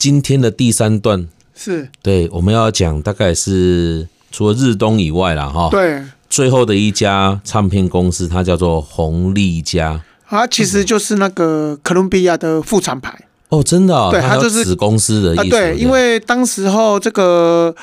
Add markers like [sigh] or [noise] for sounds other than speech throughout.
今天的第三段，是对，我们要讲大概是除了日东以外啦，哈，对，最后的一家唱片公司，它叫做红利家。它啊其实就是那嗯个哥伦比亚的副厂牌哦，真的、哦，对它叫就是子公司的意啊、思。对，因为当时候这个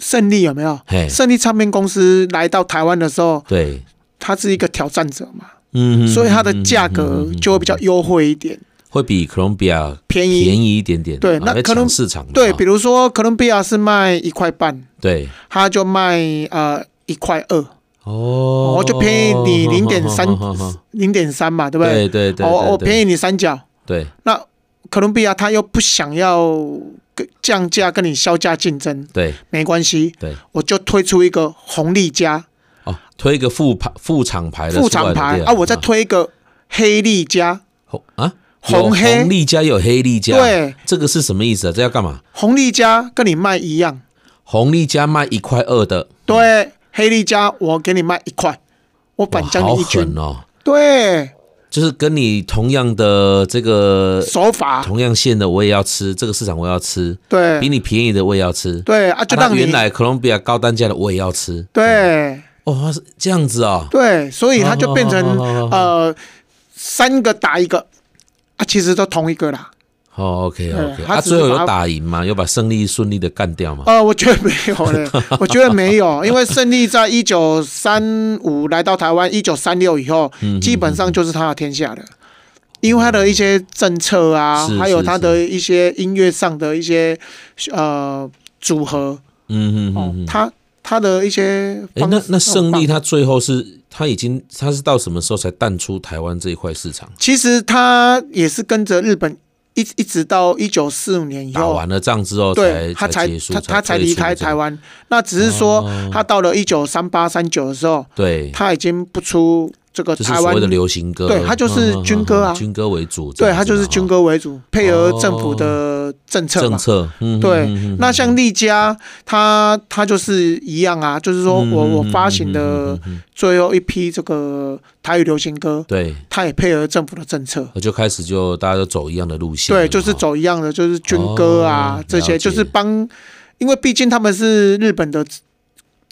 胜利有没有嘿？胜利唱片公司来到台湾的时候，对，它是一个挑战者嘛，嗯，所以它的价格就会比较优惠一点，会比哥伦比亚便宜。便宜一点点。对啊那在可能抢市场嘛。对，比如说哥伦比亚是卖一块半，对，它就卖呃一块二，哦，我就便宜你零点 [laughs] 三哼哼哼哼零点三嘛，对不对对？对对，我我对便宜你三角，对，那哥伦比亚他又不想要跟降价跟你销价竞争，对没关系，对，我就推出一个红利加哦，推一个副牌副厂牌的副厂出来牌的啊，店我再推一个黑利加，红啊，红有黑红利加有黑利加，，对，这个是什么意思啊？这要干嘛？红利加跟你卖嗯一样，红利加卖一块二的，对，黑利加我给你卖一块，我哇反将好你一军狠，哦！对，就是跟你同样的这个手法，呃同样线的，我也要吃这个市场，我要吃比啊对你便宜的，我也要吃。对啊，就啊那让你原来哥伦比亚高单价的我也要吃。对哦，它是这样子哦。对，所以它就变成哦哦哦哦哦呃三个打一个啊，其实都同一个啦。哦，OK 对 OK，它他只是最后有把它打赢吗？有把胜利顺利的干掉吗？ [laughs] 呃，我觉得没有 [laughs] 嘞，我觉得没有，因为胜利在一九三五来到台湾，一九三六以后，嗯基本上就是他的天下了。因为他的一些政策啊，嗯是还有是他是的一些音乐上的一些呃组合，嗯嗯哦嗯嗯，。他他的一些哎，方那那胜利方他最后是他已经他是到什么时候才淡出台湾这一块市场？其实他也是跟着日本一一直到一九四五年以打后，完了仗之后对才他才才结束，他他才退离出开这个哦台。湾。那只是说他到了一九三八三九的时候，对，他已经不出这个就是台所湾谓的流行歌，对他就是嗯军歌啊嗯嗯嗯军歌为主这对样子嘛。他就是军歌为主，配合政府的政哈策哦政嘛。策。嗯对嗯嗯嗯，那像利家，他他就是一样啊，就是说嗯我我发行的最后一批这个台语流行歌，对，呃他也配合政府的政策，我就开始就大家都走一样的路线了嘛。对，就是哈走一样的，就是军歌啊哦这些，了解就是帮，因为毕竟他们是日本的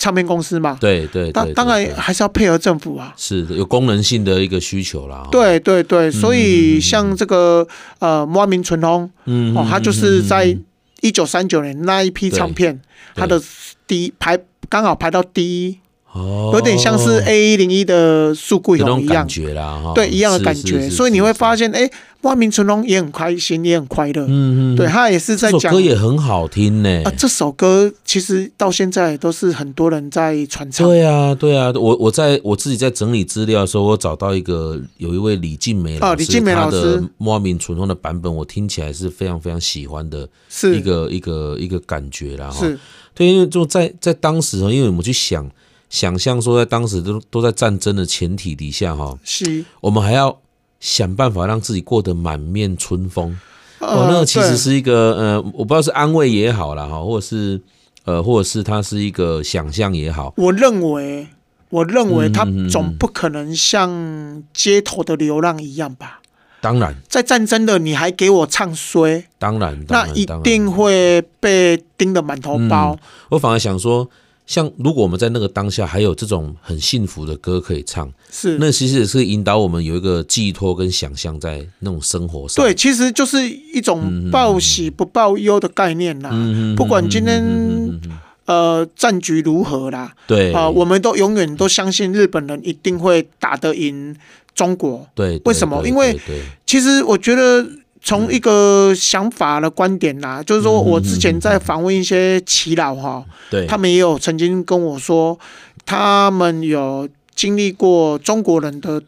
唱片公司嘛，对对，当对当对然对还是要配合政府啊。是的有功能性的一个需求啦。哦哈，对对嗯对，所以像这个呃，摩明纯红嗯哦，他就是在嗯一九三九年那一批唱片，对他的第一排刚好排到第一，哦有点像是 A 零一的素桂有那红种一样感，觉啦，哈，对，一样的是感是觉。是所以你是会是发现，哎，万明纯龙也很开心，也很快乐。嗯嗯，对嗯，他也是在这首讲歌也很好听呢啊。，这首歌其实到现在都是很多人在传唱。对啊，对啊，我我在我自己在整理资料的时候，我找到一个有一位李静梅老师，哦李静梅老师她的《莫名存通》的版本，我听起来是非常非常喜欢的一是个哦一个一个感觉啦。哈，是，对，因为就在在当时哦，因为我们去想想象说，在当时都都在战争的前提底下哈，是，我们还要想办法让自己过得满面春风。哦，呃那个其实对是一个呃，我不知道是安慰也好啦，哈，或者是呃，或者是它是一个想象也好。我认为，我认为他嗯嗯嗯总不可能像街头的流浪一样吧？当然，在战争的你还给我唱衰，当然，当那然嗯一当然定会被盯得满头包。我反而想说，像如果我们在那个当下还有这种很幸福的歌可以唱，是，那其实也是引导我们有一个寄托跟想象在那种生活上。对，其实就是一种报喜不报忧的概念啦。嗯，嗯不管今天嗯嗯嗯嗯嗯呃，战局如何啦，对啊、我们都永远都相信日本人一定会打得赢中国。对，对为什么对因为对对其实我觉得嗯从一个想法的观点啦，就是说我之嗯前在访问一些耆老哈，对他们也有曾经跟我说，他们有经历过中国人的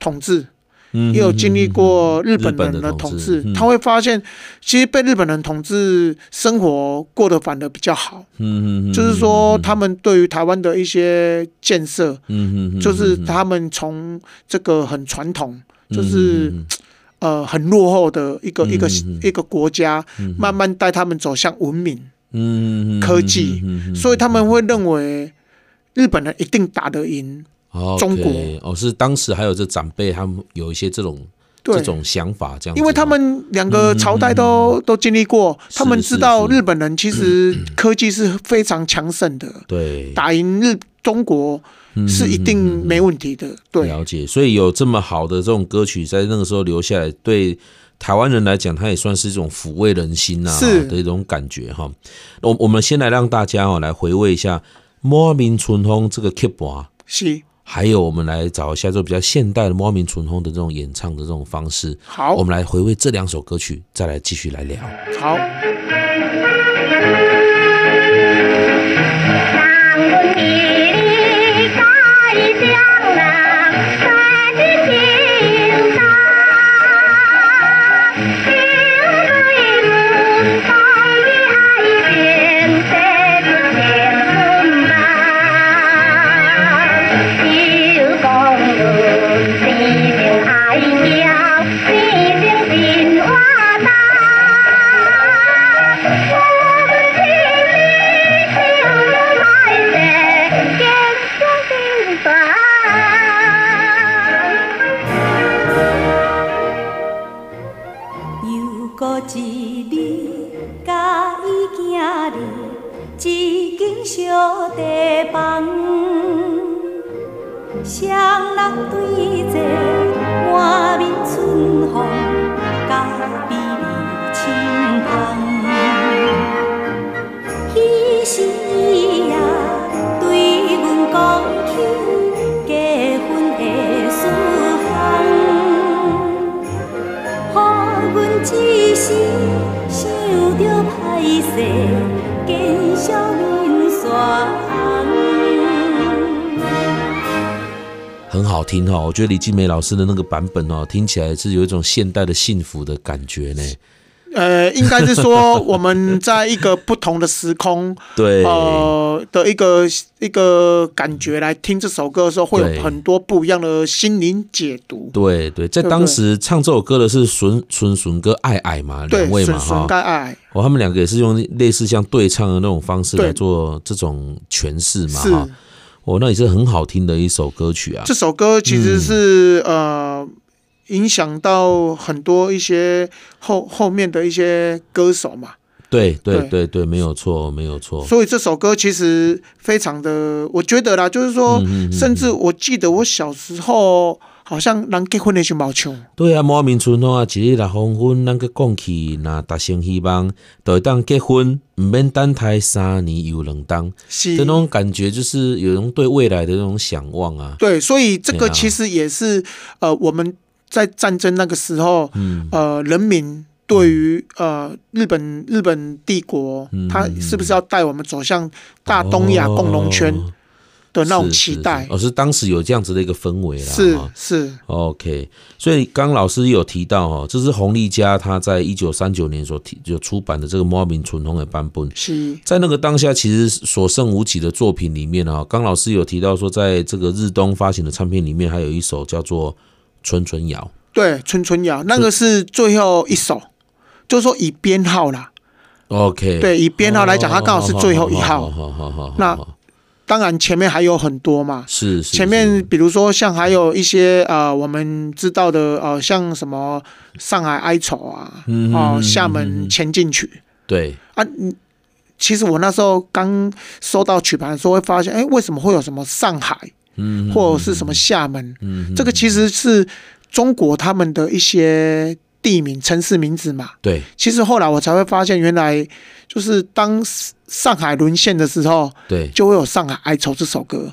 统治，们也有经历过日本日本人的的统统治治，嗯他会发现，其实被日本人统治，生活过得反而比较好。嗯嗯嗯嗯就是说，他们对于台湾的一些建设，嗯嗯嗯就是嗯嗯他们从这个很传统，嗯就是嗯嗯呃很落后的一个一个嗯嗯嗯一个国家嗯，慢慢带他们走向文明，嗯嗯嗯科技嗯嗯嗯嗯所以他们会认为日本人一定打得赢。哦，中国 OK，哦，是当时还有这长辈他们有一些这种这对，种想法，这样子吗，因为他们两个朝代都、都经历过，他们知道嗯是是嗯日本人其实科技是非常强盛的，对打赢日中国是一定没问题的。对，嗯了解，所以有这么好的这种歌曲在那个时候留下来，对台湾人来讲，它也算是一种抚慰人心呐、是的一种感觉哈。我我们先来让大家哦来回味一下《莫名春风》这个 K 盘，是还有我们来找一下这比较现代的《莫名春风》的这种演唱的这种方式。好我们来回味这两首歌曲，再来继续来聊。好， 장군 길이 가이장랑 사진진다 세우의 문사이 아이는 세븐 세븐다 지우공군 시즌 아이며 시즌 진화다 모든 팀이 又搁一日，甲伊行入一间小地房，双人对坐，满面春风，甲比你清芳。彼时伊呀，对阮讲起结婚的事项。予阮一时想着歹势，见笑面煞红。很好听哦，我觉得李静梅老师的那个版本哦，听起来是有一种现代的幸福的感觉呢。呃，应该是说我们在一个不同的时空， [laughs] 对，呃的一个一个感觉来听这首歌的时候，会对有很多不一样的心灵解读。对对，在对不当对时唱这首歌的是纯纯纯哥爱爱嘛，对两，位嘛损损哈，该爱哦，他们两个也是用类似像对唱的那种方式对来做这种诠释嘛是哈，哦，那也是很好听的一首歌曲啊这，首歌其实嗯是、呃影响到很多一些后后面的一些歌手嘛，对对对对对，没有错没有错，所以这首歌其实非常的，我觉得啦，就是嗯说，甚至我记得我小时候好像人结婚的时候冇唱，对啊，莫名春风啊，一日若黄昏，咱去讲起，若达成希望，就会当结婚，毋免等待三年又两冬，是这，种感觉就是有一种对未来的那种向往啊，对，所以这对个啊其实也是呃我们在战争那个时候，嗯，呃人民。对于呃日本日本帝国，它是不是要带我们走向大东亚共荣圈嗯哦的那种是期是待？是哦，是当时有这样子的一个氛围啦。是哦是， OK，所以刚老师也有提到哦，这是洪丽佳她在一九三九年所提就出版的这个《莫名存红》的版本。是在那个当下，其实所剩无几的作品里面啊，刚老师有提到说，在这个日东发行的唱片里面，还有一首叫做《春春谣对，春春谣那个是最后一首，就是说以编号啦，》。 OK，对，以编号来讲，它刚好是最后一好号。好好好好，那好当然前面还有很多嘛，是是前面比如说像还有一些呃我们知道的呃像什么上海哀愁啊，哦厦门前进曲对啊，嗯其实我那时候刚收到曲盘的时候，会发现，哎，为什么会有什么上海，嗯或者是什么厦门，这个其实是中国他们的一些地名、城市名字嘛。对其实后来我才会发现，原来就是当上海沦陷的时候，对就会有《上海哀愁》这首歌；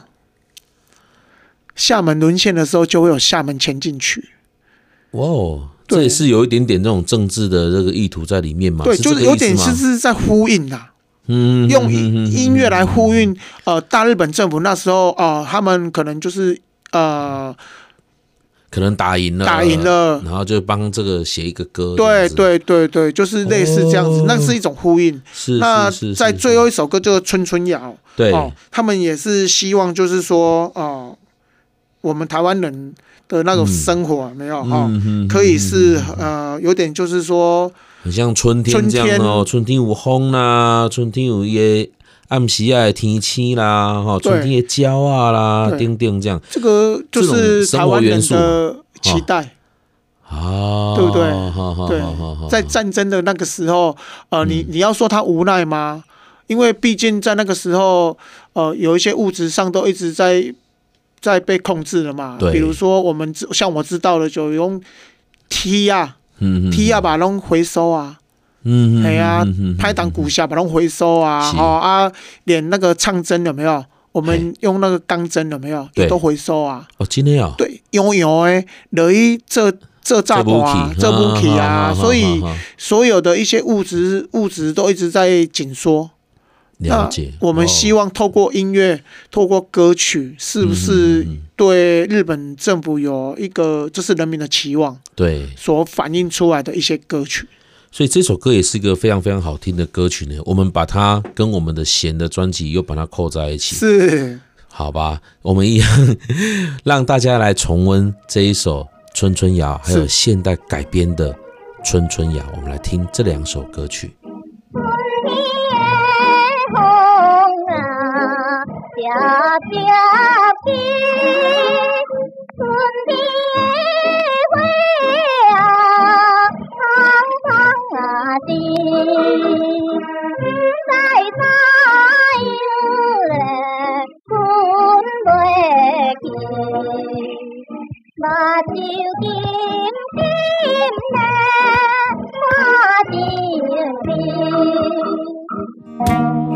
厦门沦陷的时候，就会有《厦门前进曲》。哇哦，对这也是有一点点这种政治的这个意图在里面嘛？对，啊是这就个是有意思点吗是是在呼应啊。嗯，用嗯音嗯音乐来呼应呃大日本政府那时候啊、呃他们可能就是呃可能打赢了，打赢了然后就帮这个写一个歌，这样对子，对对对，就是类似这样子，哦那是一种呼应。是那是是，在是最后一首歌就是《春春谣》对哦，他们也是希望就是说哦、我们台湾人的那种生活、没有哈、哦嗯哼可以是呃有点就是说很像春天这样哦，春天有风啦，春天有夜暗时啊的天气啦，哈，对春天的鸟啊啦，对丁丁这样这个就这种是生台活湾元啊人素的期待，啊，对不对好好对好好好，，在战争的那个时候，呃，你嗯你要说他无奈吗？因为毕竟在那个时候，呃，有一些物质上都一直在在被控制了嘛。对比如说我们知像我知道的，就用踢啊，嗯嗯踢啊，把拢回收啊，嗯，嗯哎呀嗯嗯嗯，拍档骨下把拢回收啊，是哦啊，连那个唱针有没有？我嘿们用那个钢针有没有？对也都回收啊。哦，今天啊，对，摇摇诶，落去做做炸弹啊，做武器啊，所以好好好所有的一些物质物质都一直在紧缩。了解，那我们希望透过音乐，透过歌曲，是不是嗯嗯嗯嗯对日本政府有一个就是人民的期望哦对，所反映出来的一些歌曲？所以这首歌也是一个非常非常好听的歌曲呢。我们把它跟我们的弦的专辑又把它扣在一起，是，好吧？我们一样让大家来重温这一首《春春谣》，还有是现代改编的《春春谣》，我们来听这两首歌曲。春天风啊，夹夹冰，春天花啊，芳芳啊静，再再有嘞，滚袂去。目睭金金的，我情意。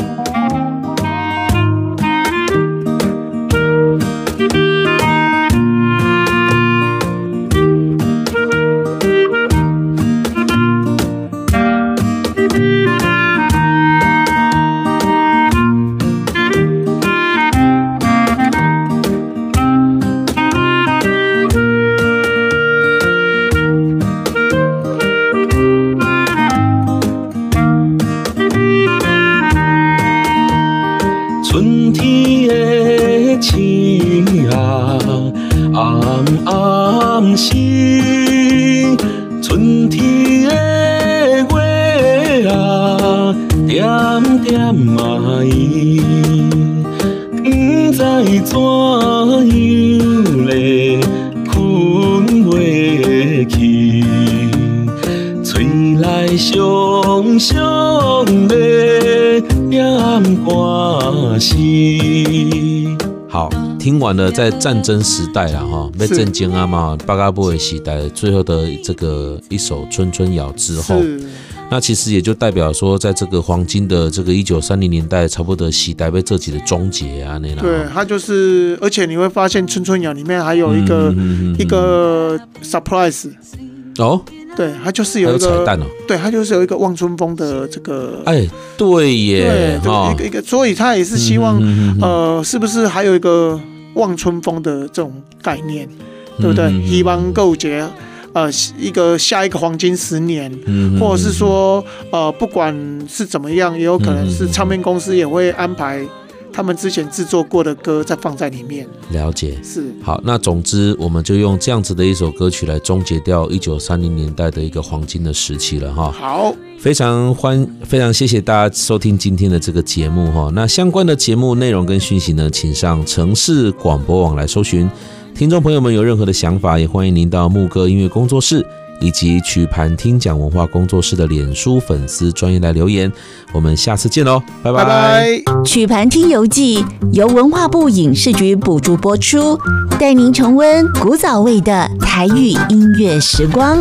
春天的星啊，暗暗星；春天的月啊，点点啊伊。不知怎样嘞，困袂去，嘴内常常咧念歌诗。好，听完了在战争时代啦哈，被是震惊啊嘛，巴嘎布韦时代最后的这个一首《春春谣》之后，是，那其实也就代表说，在这个黄金的这个一九三零年代，差不多时代被这几的终结啊那啦。对，它就是，而且你会发现《春春谣》里面还有一个、嗯嗯嗯嗯一个 surprise，哦，对，它就还是有有一个彩蛋哦，对，它就是有一个望春风的这个，哎，对耶对，，这哈个一个一个，所以他也是希望，呃，是不是还有一个望春风的这种概念，对不对？希望构结，呃，一个下一个黄金十年，嗯或者是说，呃，不管是怎么样，也有可能是唱片公司也会安排他们之前制作过的歌再放在里面，了解。是好，那总之我们就用这样子的一首歌曲来终结掉一九三零年代的一个黄金的时期了哈。好，非常欢，非常谢谢大家收听今天的这个节目哈。那相关的节目内容跟讯息呢，请上城市广播网来搜寻。听众朋友们有任何的想法，也欢迎您到牧歌音乐工作室以及曲盘听讲文化工作室的脸书粉丝专业来留言。我们下次见喽，拜拜拜。曲盘听游记由文化部影视局补助播出，带您重温古早味的台语音乐时光。